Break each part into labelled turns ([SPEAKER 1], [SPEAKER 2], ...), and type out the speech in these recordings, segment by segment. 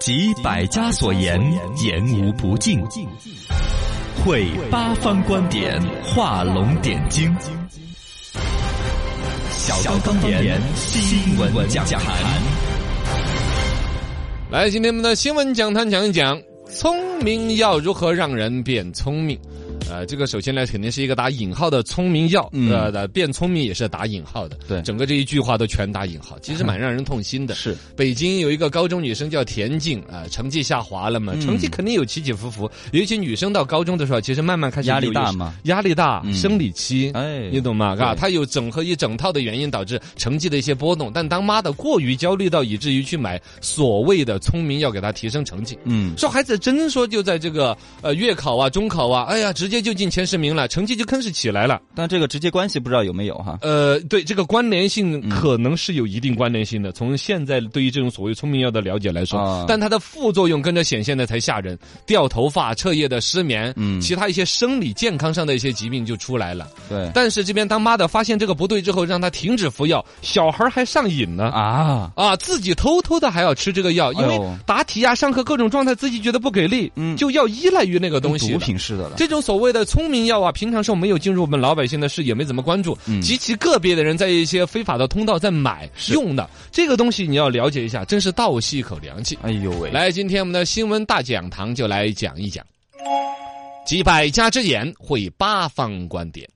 [SPEAKER 1] 集百家所言，言无不尽；汇八方观点，画龙点睛。小刚点新闻讲坛，
[SPEAKER 2] 来，今天我们的新闻讲坛讲一讲，聪明药如何让人变聪明。呃，这个首先呢，肯定是一个打引号的聪明药，
[SPEAKER 1] 嗯
[SPEAKER 2] 呃，打变聪明也是打引号的。
[SPEAKER 1] 对
[SPEAKER 2] 整个这一句话都全打引号，其实蛮让人痛心 的。
[SPEAKER 1] 是
[SPEAKER 2] 北京有一个高中女生叫田静，啊、成绩下滑了
[SPEAKER 1] 嗯
[SPEAKER 2] 嘛，成绩肯定有起起伏伏，尤其女生到高中的时候，其实慢慢开始
[SPEAKER 1] 压力
[SPEAKER 2] 有一
[SPEAKER 1] 大
[SPEAKER 2] 些
[SPEAKER 1] 嘛，
[SPEAKER 2] 压力大，
[SPEAKER 1] 嗯
[SPEAKER 2] 生理期，
[SPEAKER 1] 哎
[SPEAKER 2] 你懂吗？啊，它有整合一整套的原因导致成绩的一些波动，但当妈的过于焦虑到以至于去买所谓的聪明药给她提升成绩，
[SPEAKER 1] 嗯，
[SPEAKER 2] 说孩子真说就在这个呃月考啊、中考啊，哎呀，直接就进前十名了，成绩就坑是起来了。
[SPEAKER 1] 但这个直接关系不知道有没有哈。
[SPEAKER 2] 呃，对这个关联性可能是有一定关联性的。从现在对于这种所谓聪明药的了解来说，
[SPEAKER 1] 啊
[SPEAKER 2] 但它的副作用跟着显现的才吓人，掉头发、彻夜的失眠，
[SPEAKER 1] 嗯
[SPEAKER 2] 其他一些生理健康上的一些疾病就出来了。
[SPEAKER 1] 对
[SPEAKER 2] 但是这边当妈的发现这个不对之后，让他停止服药，小孩还上瘾呢。
[SPEAKER 1] 啊，
[SPEAKER 2] 啊，自己偷偷的还要吃这个药，因
[SPEAKER 1] 哎
[SPEAKER 2] 为
[SPEAKER 1] 呦
[SPEAKER 2] 答题啊、上课各种状态，自己觉得不给力，
[SPEAKER 1] 嗯
[SPEAKER 2] 就要依赖于那个东西
[SPEAKER 1] 毒
[SPEAKER 2] 了。
[SPEAKER 1] 品似的了。
[SPEAKER 2] 这种所谓的聪明药啊，平常时候没有进入我们老百姓的视野，没怎么关注，
[SPEAKER 1] 嗯
[SPEAKER 2] 极其个别的人在一些非法的通道在买用的这个东西，你要了解一下，真是倒吸一口凉气。
[SPEAKER 1] 哎呦喂，
[SPEAKER 2] 来，今天我们的新闻大讲堂就来讲一讲，几百家之言汇八方观点。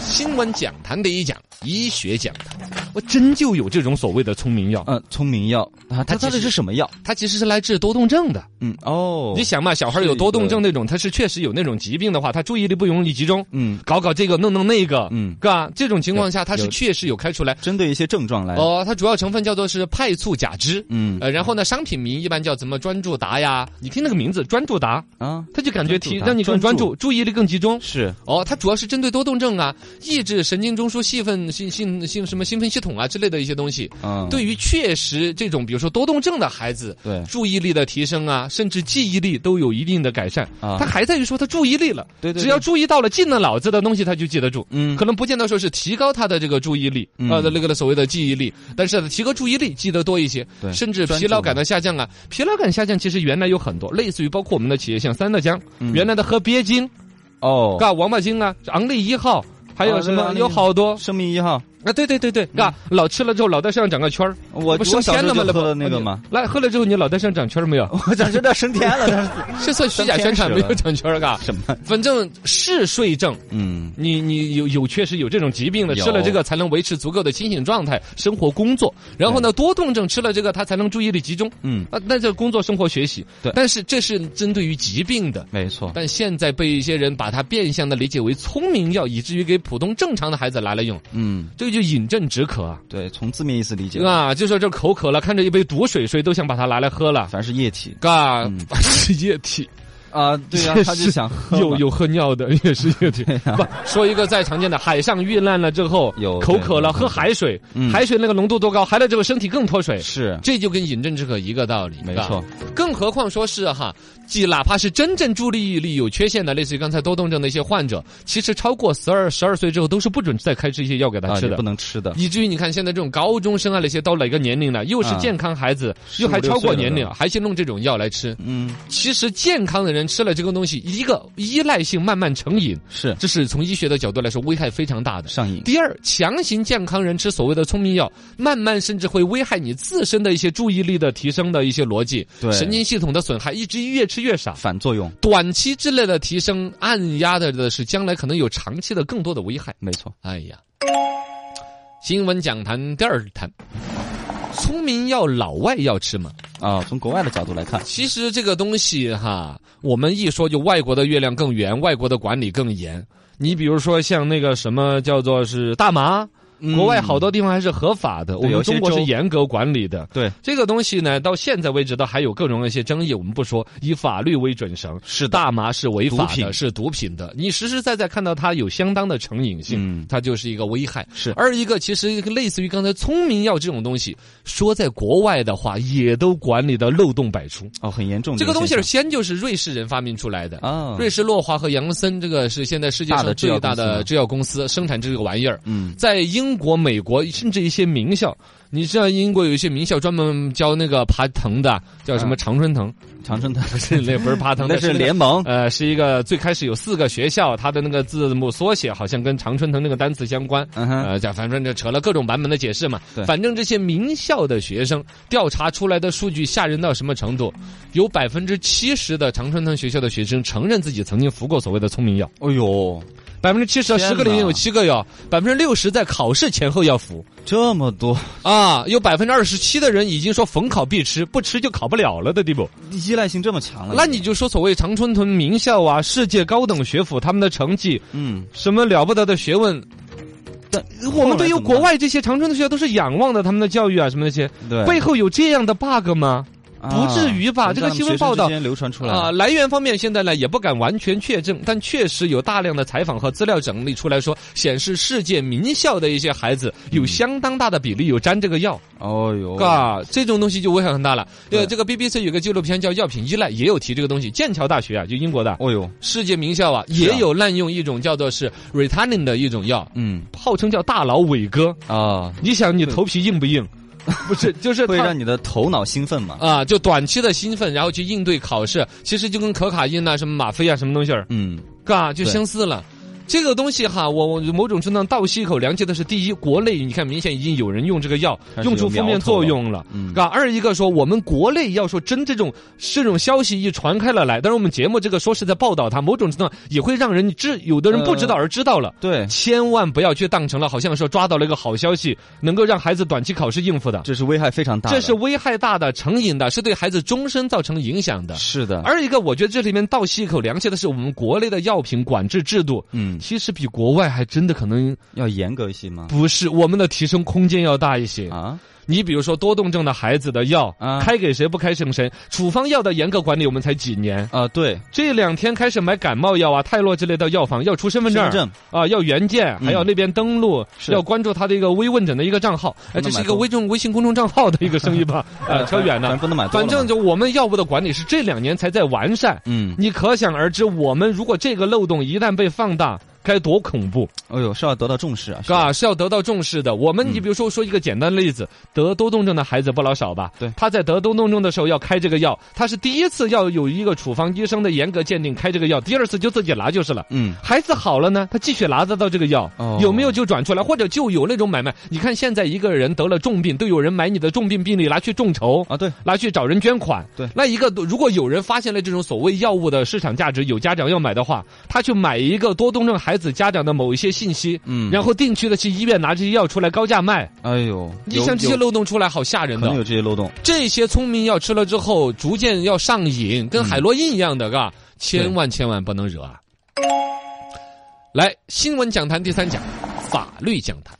[SPEAKER 2] 新闻讲坛的一讲，医学讲坛，我真就有这种所谓的聪明药，
[SPEAKER 1] 嗯，聪明药啊，它
[SPEAKER 2] 它
[SPEAKER 1] 到
[SPEAKER 2] 其
[SPEAKER 1] 底
[SPEAKER 2] 实
[SPEAKER 1] 是什么药？
[SPEAKER 2] 它其实是来治多动症的。
[SPEAKER 1] 嗯，哦，
[SPEAKER 2] 你想嘛，小孩有多动症那种，他是确实有那种疾病的话，他注意力不容易集中，
[SPEAKER 1] 嗯，
[SPEAKER 2] 搞搞这个弄弄那个，
[SPEAKER 1] 嗯
[SPEAKER 2] 嘎，这种情况下
[SPEAKER 1] 有
[SPEAKER 2] 他是确实有开出来。
[SPEAKER 1] 针对一些症状来，
[SPEAKER 2] 哦，它主要成分叫做是派醋甲酯，
[SPEAKER 1] 嗯
[SPEAKER 2] 呃，然后呢，商品名一般叫什么专注达呀？你听那个名字专注达，
[SPEAKER 1] 啊，
[SPEAKER 2] 他就感觉提
[SPEAKER 1] 专注达
[SPEAKER 2] 让你更专
[SPEAKER 1] 专注
[SPEAKER 2] 注，注意力更集中。
[SPEAKER 1] 是
[SPEAKER 2] 哦，它主呃要是针对多动症啊、抑制神经中枢兴奋兴兴兴什么兴奋系统啊之类的一些东西。
[SPEAKER 1] 嗯，
[SPEAKER 2] 对于确实这种比如说多动症的孩子，
[SPEAKER 1] 对
[SPEAKER 2] 注意力的提升啊，甚至记忆力都有一定的改善。
[SPEAKER 1] 啊
[SPEAKER 2] 他还在于说他注意力了，
[SPEAKER 1] 对对对
[SPEAKER 2] 只要注意到了进了脑子的东西，他就记得住。
[SPEAKER 1] 嗯
[SPEAKER 2] 可能不见得说是提高他的这个注意力啊、呃
[SPEAKER 1] 嗯
[SPEAKER 2] 那个所谓的记忆力，但是提高注意力记得多一些，
[SPEAKER 1] 对
[SPEAKER 2] 甚至
[SPEAKER 1] 专
[SPEAKER 2] 疲劳
[SPEAKER 1] 注
[SPEAKER 2] 感的下降啊，疲劳感下降其实原来有很多，类似于包括我们的企业像三乐江，原来的喝鳖精、
[SPEAKER 1] 嗯哦，
[SPEAKER 2] 嘎王八精啊、昂立一号。还有
[SPEAKER 1] 啊
[SPEAKER 2] 什
[SPEAKER 1] 对
[SPEAKER 2] 么？
[SPEAKER 1] 昂立
[SPEAKER 2] 有好多
[SPEAKER 1] 生命一号，
[SPEAKER 2] 啊！对对对对，嘎、老吃了之后脑袋上长个圈儿，
[SPEAKER 1] 我
[SPEAKER 2] 不升
[SPEAKER 1] 我小
[SPEAKER 2] 天
[SPEAKER 1] 时
[SPEAKER 2] 了
[SPEAKER 1] 候就
[SPEAKER 2] 吗？那不
[SPEAKER 1] 喝了那个吗？？哦
[SPEAKER 2] 来喝了之后，你脑袋上长圈儿没有？
[SPEAKER 1] 我早知道升天了，但是
[SPEAKER 2] 是算虚假宣
[SPEAKER 1] 升
[SPEAKER 2] 传没
[SPEAKER 1] 天使
[SPEAKER 2] 有长圈儿嘎
[SPEAKER 1] ？什么？
[SPEAKER 2] 反正嗜睡症，
[SPEAKER 1] 嗯，
[SPEAKER 2] 你你有有确实有这种疾病的，
[SPEAKER 1] 有
[SPEAKER 2] 吃了这个才能维持足够的清醒状态，生活工作。然后呢，多动症吃了这个，他才能注意力集中。
[SPEAKER 1] 嗯，
[SPEAKER 2] 啊，那这工作、生活、学习。
[SPEAKER 1] 对
[SPEAKER 2] 但是这是针对于疾病的。
[SPEAKER 1] 没错，
[SPEAKER 2] 但现在被一些人把它变相的理解为聪明药，以至于给普通正常的孩子拿来用，
[SPEAKER 1] 嗯，
[SPEAKER 2] 这个就饮鸩止渴啊！
[SPEAKER 1] 对，从字面意思理解，
[SPEAKER 2] 啊，就说这口渴了，看着一杯毒水，谁都想把它拿来喝了。
[SPEAKER 1] 凡是液体
[SPEAKER 2] 嘎
[SPEAKER 1] 嗯，
[SPEAKER 2] 是液体，
[SPEAKER 1] 啊，对呀
[SPEAKER 2] 这，
[SPEAKER 1] 他就是想喝
[SPEAKER 2] 有
[SPEAKER 1] 嘛
[SPEAKER 2] 有喝尿的也是液 体。不说一个再常见的，海上遇难了之后，
[SPEAKER 1] 有
[SPEAKER 2] 口渴了
[SPEAKER 1] 对
[SPEAKER 2] 喝海水，
[SPEAKER 1] 嗯
[SPEAKER 2] 海水那个浓度多高，含了之后身体更脱水。
[SPEAKER 1] 是
[SPEAKER 2] 这就跟饮鸩止渴一个道理，
[SPEAKER 1] 没
[SPEAKER 2] 嘎
[SPEAKER 1] 错。
[SPEAKER 2] 更何况说是哈，即哪怕是真正注意力有缺陷的，类似于刚才多动症的一些患者，其实超过十二十二岁之后都是不准再开这些药给他
[SPEAKER 1] 啊，
[SPEAKER 2] 吃
[SPEAKER 1] 也
[SPEAKER 2] 的
[SPEAKER 1] 不。能吃的，
[SPEAKER 2] 以至于你看现在这种高中生啊那些到哪个年龄了，又是
[SPEAKER 1] 啊
[SPEAKER 2] 健康孩子，
[SPEAKER 1] 15
[SPEAKER 2] 又还超
[SPEAKER 1] 16
[SPEAKER 2] 过
[SPEAKER 1] 岁了
[SPEAKER 2] 年龄，
[SPEAKER 1] 都
[SPEAKER 2] 还去弄这种药来吃。
[SPEAKER 1] 嗯，
[SPEAKER 2] 其实健康的人吃了这个东西，一个依赖性慢慢成瘾，
[SPEAKER 1] 是
[SPEAKER 2] 这是从医学的角度来说危害非常大的。
[SPEAKER 1] 上瘾，
[SPEAKER 2] 第二，强行健康人吃所谓的聪明药，慢慢甚至会危害你自身的一些注意力的提升的一些逻辑，
[SPEAKER 1] 对
[SPEAKER 2] 神经系统的损害，一直越吃越少。
[SPEAKER 1] 反作用，
[SPEAKER 2] 短期之内的提升，按压的的是将来可能有长期的更多的危害。
[SPEAKER 1] 没错，
[SPEAKER 2] 哎呀，新闻讲坛第二坛，聪明药老外要吃吗？
[SPEAKER 1] 啊，从国外的角度来看，
[SPEAKER 2] 其实这个东西哈，我们一说就外国的月亮更圆，外国的管理更严。你比如说像那个什么叫做是大麻，
[SPEAKER 1] 嗯
[SPEAKER 2] 国外好多地方还是合法的，我们
[SPEAKER 1] 有些
[SPEAKER 2] 中国是
[SPEAKER 1] 州
[SPEAKER 2] 严格管理的。
[SPEAKER 1] 对，
[SPEAKER 2] 这个东西呢，到现在为止都还有各种的一些争议，我们不说，以法律为准绳，
[SPEAKER 1] 是的，
[SPEAKER 2] 大麻是违法
[SPEAKER 1] 毒
[SPEAKER 2] 的，
[SPEAKER 1] 品
[SPEAKER 2] 是毒品的。你实实在在看到它有相当的成瘾性，
[SPEAKER 1] 嗯
[SPEAKER 2] 它就是一个危害。
[SPEAKER 1] 是
[SPEAKER 2] 二一个其实类似于刚才聪明药这种东西，说在国外的话，也都管理的漏洞百出。
[SPEAKER 1] 哦，很严重的
[SPEAKER 2] 这
[SPEAKER 1] 一
[SPEAKER 2] 个东西
[SPEAKER 1] 现
[SPEAKER 2] 儿先就是瑞士人发明出来的。
[SPEAKER 1] 象啊，
[SPEAKER 2] 瑞士洛华和杨森，这个是现在世界
[SPEAKER 1] 大的
[SPEAKER 2] 上
[SPEAKER 1] 制药
[SPEAKER 2] 最
[SPEAKER 1] 公
[SPEAKER 2] 大
[SPEAKER 1] 司
[SPEAKER 2] 的
[SPEAKER 1] 吗
[SPEAKER 2] 制药公司，生产这个玩意儿。
[SPEAKER 1] 嗯，
[SPEAKER 2] 在英英国、美国，甚至一些名校，你知道英国有一些名校专门教那个爬藤的，叫什么
[SPEAKER 3] 嗯
[SPEAKER 2] 常春藤，
[SPEAKER 3] 长春藤
[SPEAKER 2] 不是那不是爬藤，
[SPEAKER 3] 那是联盟，
[SPEAKER 2] 呃，是一个最开始有四个学校，它的那个字母缩写好像跟常春藤那个单词相关。
[SPEAKER 3] 嗯哼，
[SPEAKER 2] 呃，这反正就扯了各种版本的解释嘛。
[SPEAKER 3] 对
[SPEAKER 2] 反正这些名校的学生调查出来的数据吓人到什么程度？有百分之七十的常春藤学校的学生承认自己曾经服过所谓的聪明药，
[SPEAKER 3] 哎呦，
[SPEAKER 2] 百分之七十，
[SPEAKER 3] 天
[SPEAKER 2] 十个里面
[SPEAKER 3] 哪
[SPEAKER 2] 有七个药，百分之六十在考试前后要服
[SPEAKER 3] 这么多，
[SPEAKER 2] 啊，有百分之二十七的人已经说逢考必吃，不吃就考不了了的地步。
[SPEAKER 3] 依赖性这么强了，
[SPEAKER 2] 那你就说所谓常春藤名校啊，世界高等学府他们的成绩
[SPEAKER 3] 嗯，
[SPEAKER 2] 什么了不得的学问？
[SPEAKER 3] 但
[SPEAKER 2] 我们
[SPEAKER 3] 后来
[SPEAKER 2] 对于
[SPEAKER 3] 怎么
[SPEAKER 2] 国
[SPEAKER 3] 办
[SPEAKER 2] 外这些常春的学校都是仰望的，他们的教育啊什么那些，
[SPEAKER 3] 对
[SPEAKER 2] 背后有这样的 bug 吗？
[SPEAKER 3] 啊
[SPEAKER 2] 不至于吧
[SPEAKER 3] 能
[SPEAKER 2] 这个
[SPEAKER 3] 让
[SPEAKER 2] 新闻
[SPEAKER 3] 学生
[SPEAKER 2] 报道
[SPEAKER 3] 之间流传出来
[SPEAKER 2] 啊、
[SPEAKER 3] 了，
[SPEAKER 2] 来源方面现在呢也不敢完全确证，但确实有大量的采访和资料整理出来说，显示世界名校的一些孩子有相当大的比例有沾这个药，
[SPEAKER 3] 哦呦，
[SPEAKER 2] 嘎、这种东西就危害很大了。呃，
[SPEAKER 3] 对
[SPEAKER 2] 这个 BBC 有个纪录片叫《药品依赖》，也有提这个东西。剑桥大学啊，就英国的
[SPEAKER 3] 哦呦，
[SPEAKER 2] 世界名校啊，也有滥用一种叫做是 Ritalin 的一种药，
[SPEAKER 3] 嗯
[SPEAKER 2] 号称叫大佬伟哥。
[SPEAKER 3] 啊，
[SPEAKER 2] 你想你头皮硬不硬？不是，就是
[SPEAKER 3] 会
[SPEAKER 2] 他
[SPEAKER 3] 让你的头脑兴奋嘛，
[SPEAKER 2] 啊、就短期的兴奋，然后去应对考试，其实就跟可卡因啊、什么吗啡啊、什么东西儿，
[SPEAKER 3] 嗯，
[SPEAKER 2] 嘎，就
[SPEAKER 3] 对
[SPEAKER 2] 相似了。这个东西哈，我我某种程度上倒吸一口凉气的是，第一，国内你看明显已经有人用这个药，
[SPEAKER 3] 开始
[SPEAKER 2] 用出
[SPEAKER 3] 有
[SPEAKER 2] 负
[SPEAKER 3] 苗
[SPEAKER 2] 面
[SPEAKER 3] 头
[SPEAKER 2] 作
[SPEAKER 3] 了
[SPEAKER 2] 用了。
[SPEAKER 3] 嗯
[SPEAKER 2] 嘎，啊二一个说我们国内要说真这种这种消息一传开了来，但是我们节目这个说是在报道它，某种程度上也会让人知，有的人不知道
[SPEAKER 3] 嗯
[SPEAKER 2] 而知道了。
[SPEAKER 3] 对，
[SPEAKER 2] 千万不要去当成了，好像说抓到了一个好消息，能够让孩子短期考试应付的，
[SPEAKER 3] 这是危害非常大的，
[SPEAKER 2] 这是危害大的、成瘾的，是对孩子终身造成影响的。
[SPEAKER 3] 是的，
[SPEAKER 2] 二一个，我觉得这里面倒吸一口凉气的是，我们国内的药品管制制度，
[SPEAKER 3] 嗯，
[SPEAKER 2] 其实比国外还真的可能
[SPEAKER 3] 要严格一些吗？
[SPEAKER 2] 不是我们的提升空间要大一些。
[SPEAKER 3] 啊，
[SPEAKER 2] 你比如说多动症的孩子的药，
[SPEAKER 3] 啊
[SPEAKER 2] 开给谁不开省谁，处方药的严格管理我们才几年。
[SPEAKER 3] 啊，对，
[SPEAKER 2] 这两天开始买感冒药啊、泰诺之类的药房要出身份证
[SPEAKER 3] 身
[SPEAKER 2] 儿
[SPEAKER 3] 份证嗯
[SPEAKER 2] 啊，要原件，还要那边登录，
[SPEAKER 3] 是
[SPEAKER 2] 要关注他的一个微问诊的一个账号。哎，
[SPEAKER 3] 不能
[SPEAKER 2] 这是一
[SPEAKER 3] 买
[SPEAKER 2] 个
[SPEAKER 3] 多
[SPEAKER 2] 微众微信公众账号的一个生意 吧？啊，扯远
[SPEAKER 3] 呃咱
[SPEAKER 2] 了。
[SPEAKER 3] 不能买多了
[SPEAKER 2] 反
[SPEAKER 3] 嘛，
[SPEAKER 2] 正就我们药物的管理是这两年才在完善，
[SPEAKER 3] 嗯，
[SPEAKER 2] 你可想而知，我们如果这个漏洞一旦被放大，该多恐怖，
[SPEAKER 3] 哎呦，是要得到重视啊，是吧
[SPEAKER 2] 嘎，是要得到重视的。我们，你比如说说一个简单的例子，得多动症的孩子不老少吧？
[SPEAKER 3] 对
[SPEAKER 2] 他在得多动症的时候要开这个药，他是第一次要有一个处方医生的严格鉴定开这个药，第二次就自己拿就是了。
[SPEAKER 3] 嗯，
[SPEAKER 2] 孩子好了呢，他继续拿得到这个药，
[SPEAKER 3] 哦
[SPEAKER 2] 有没有就转出来，或者就有那种买卖。你看现在一个人得了重病，都有人买你的重病病例拿去众筹，
[SPEAKER 3] 啊，对，
[SPEAKER 2] 拿去找人捐款。
[SPEAKER 3] 对
[SPEAKER 2] 那一个如果有人发现了这种所谓药物的市场价值，有家长要买的话，他去买一个多动症孩子家长的某一些信息，
[SPEAKER 3] 嗯，
[SPEAKER 2] 然后定期的去医院拿这些药出来高价卖。
[SPEAKER 3] 哎呦，
[SPEAKER 2] 你
[SPEAKER 3] 有
[SPEAKER 2] 想这些
[SPEAKER 3] 有
[SPEAKER 2] 漏洞出来，好吓人
[SPEAKER 3] 可能
[SPEAKER 2] 的。
[SPEAKER 3] 有这些漏洞，
[SPEAKER 2] 这些聪明药吃了之后，逐渐要上瘾，跟海洛因一样的，
[SPEAKER 3] 嗯
[SPEAKER 2] 嘎，千万千万不能惹啊！来，新闻讲坛第三讲，法律讲坛。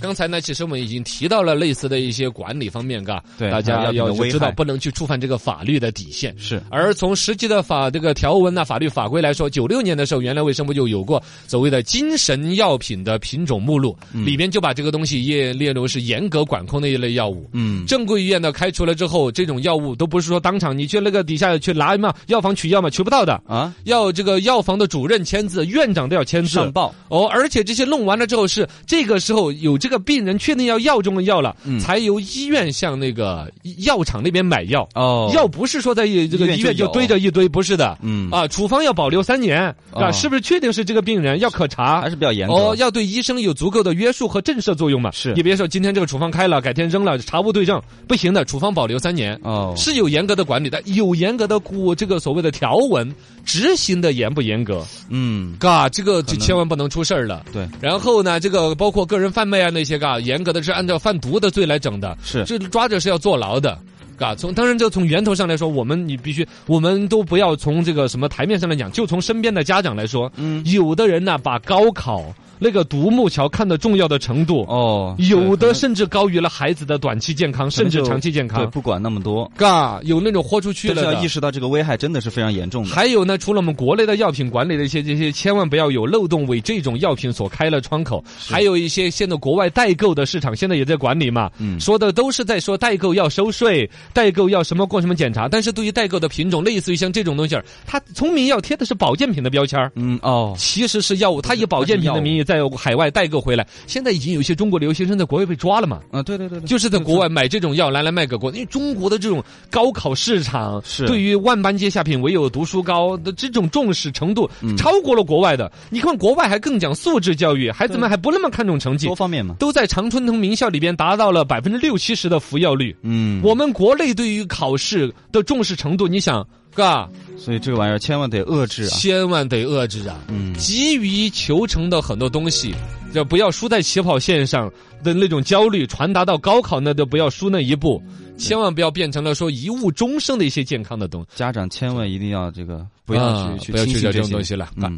[SPEAKER 2] 刚才呢，其实我们已经提到了类似的一些管理方面，嘎，
[SPEAKER 3] 对
[SPEAKER 2] 大
[SPEAKER 3] 还
[SPEAKER 2] 家
[SPEAKER 3] 有药
[SPEAKER 2] 啊要
[SPEAKER 3] 品的危
[SPEAKER 2] 知道
[SPEAKER 3] 害嗯
[SPEAKER 2] 不能去触犯这个法律的底线。
[SPEAKER 3] 是，
[SPEAKER 2] 而从实际的法这个条文呐、法律法规来说，九六年的时候，原来卫生部就有过所谓的精神药品的品种目录，
[SPEAKER 3] 嗯
[SPEAKER 2] 里边就把这个东西列列入是严格管控的一类药物。
[SPEAKER 3] 嗯，
[SPEAKER 2] 正规医院呢开除了之后，这种药物都不是说当场你去那个底下去拿嘛，药房取药嘛，取不到的。
[SPEAKER 3] 啊，
[SPEAKER 2] 要这个药房的主任签字，院长都要签字
[SPEAKER 3] 上。报，
[SPEAKER 2] 哦，而且这些弄完了之后是这个时候有这个病人确定要药中的药了，
[SPEAKER 3] 嗯
[SPEAKER 2] 才由医院向那个药厂那边买药。
[SPEAKER 3] 哦
[SPEAKER 2] 药不是说在医这
[SPEAKER 3] 医
[SPEAKER 2] 个
[SPEAKER 3] 院
[SPEAKER 2] 医
[SPEAKER 3] 就
[SPEAKER 2] 院就
[SPEAKER 3] 有
[SPEAKER 2] 堆着一堆，不是的。
[SPEAKER 3] 嗯，
[SPEAKER 2] 啊，处方要保留三年，啊，
[SPEAKER 3] 哦
[SPEAKER 2] 是不是确定是这个病人要可查
[SPEAKER 3] 还？是比较严格，
[SPEAKER 2] 哦，要对医生有足够的约束和震慑作用嘛？
[SPEAKER 3] 是
[SPEAKER 2] 你别说今天这个处方开了，改天扔了，查无对证，不行的，处方保留三年。
[SPEAKER 3] 哦，
[SPEAKER 2] 是有严格的管理的，有严格的古这个所谓的条文，执行的严不严格？
[SPEAKER 3] 嗯，
[SPEAKER 2] 嘎，这个
[SPEAKER 3] 可
[SPEAKER 2] 就
[SPEAKER 3] 能
[SPEAKER 2] 千万不能出事儿了。
[SPEAKER 3] 对，
[SPEAKER 2] 然后呢，这个包括个人贩卖啊那些，嘎，严格的是按照贩毒的罪来整的，
[SPEAKER 3] 是
[SPEAKER 2] 这抓着是要坐牢的。嘎，从当然这从源头上来说，我们你必须，我们都不要从这个什么台面上来讲，就从身边的家长来说，
[SPEAKER 3] 嗯
[SPEAKER 2] 有的人呢、把高考那个独木桥看得重要的程度，
[SPEAKER 3] 哦，
[SPEAKER 2] 有
[SPEAKER 3] 对
[SPEAKER 2] 的甚至高于了孩子的短期健康，
[SPEAKER 3] 可
[SPEAKER 2] 甚
[SPEAKER 3] 能
[SPEAKER 2] 至
[SPEAKER 3] 就
[SPEAKER 2] 长期健
[SPEAKER 3] 对，
[SPEAKER 2] 康。
[SPEAKER 3] 不管那么多，
[SPEAKER 2] 嘎，有那种豁出去
[SPEAKER 3] 但
[SPEAKER 2] 了
[SPEAKER 3] 是
[SPEAKER 2] 的
[SPEAKER 3] 要意识到这个危害真的是非常严重的，
[SPEAKER 2] 还有呢，除了我们国内的药品管理的一些这些，千万不要有漏洞为这种药品所开了窗口。还有一些现在国外代购的市场，现在也在管理嘛。
[SPEAKER 3] 嗯
[SPEAKER 2] 说的都是在说代购要收税，代购要什么过什么检查，但是对于代购的品种，类似于像这种东西儿，它聪明药贴的是保健品的标签儿
[SPEAKER 3] 嗯，哦，
[SPEAKER 2] 其实是药物，它以保健品的名义在海外代购回来。现在已经有一些中国留学生在国外被抓了嘛，
[SPEAKER 3] 啊，对对对对，
[SPEAKER 2] 就是在国外买这种药拿来卖给国，因为中国的这种高考市场
[SPEAKER 3] 是
[SPEAKER 2] 对于万般皆下品，唯有读书高的这种重视程度
[SPEAKER 3] 嗯
[SPEAKER 2] 超过了国外的。你看国外还更讲素质教育，孩子们还不那么看重成绩
[SPEAKER 3] 多，方面嘛。
[SPEAKER 2] 都在常春藤名校里边达到了百分之六七十的服药率。
[SPEAKER 3] 嗯，
[SPEAKER 2] 我们国内对于考试的重视程度，你想，嘎，
[SPEAKER 3] 所以这个玩意儿千万得遏制啊。
[SPEAKER 2] 千万得遏制啊！
[SPEAKER 3] 嗯，
[SPEAKER 2] 急于求成的很多东西，这不要输在起跑线上的那种焦虑，传达到高考那都不要输那一步，千万不要变成了说一物终生的一些健康的东西，
[SPEAKER 3] 家长千万一定要这个不要去、
[SPEAKER 2] 啊
[SPEAKER 3] 去
[SPEAKER 2] 不要
[SPEAKER 3] 轻
[SPEAKER 2] 去
[SPEAKER 3] 信
[SPEAKER 2] 聊
[SPEAKER 3] 这
[SPEAKER 2] 这种
[SPEAKER 3] 些
[SPEAKER 2] 东西了。
[SPEAKER 3] 嗯。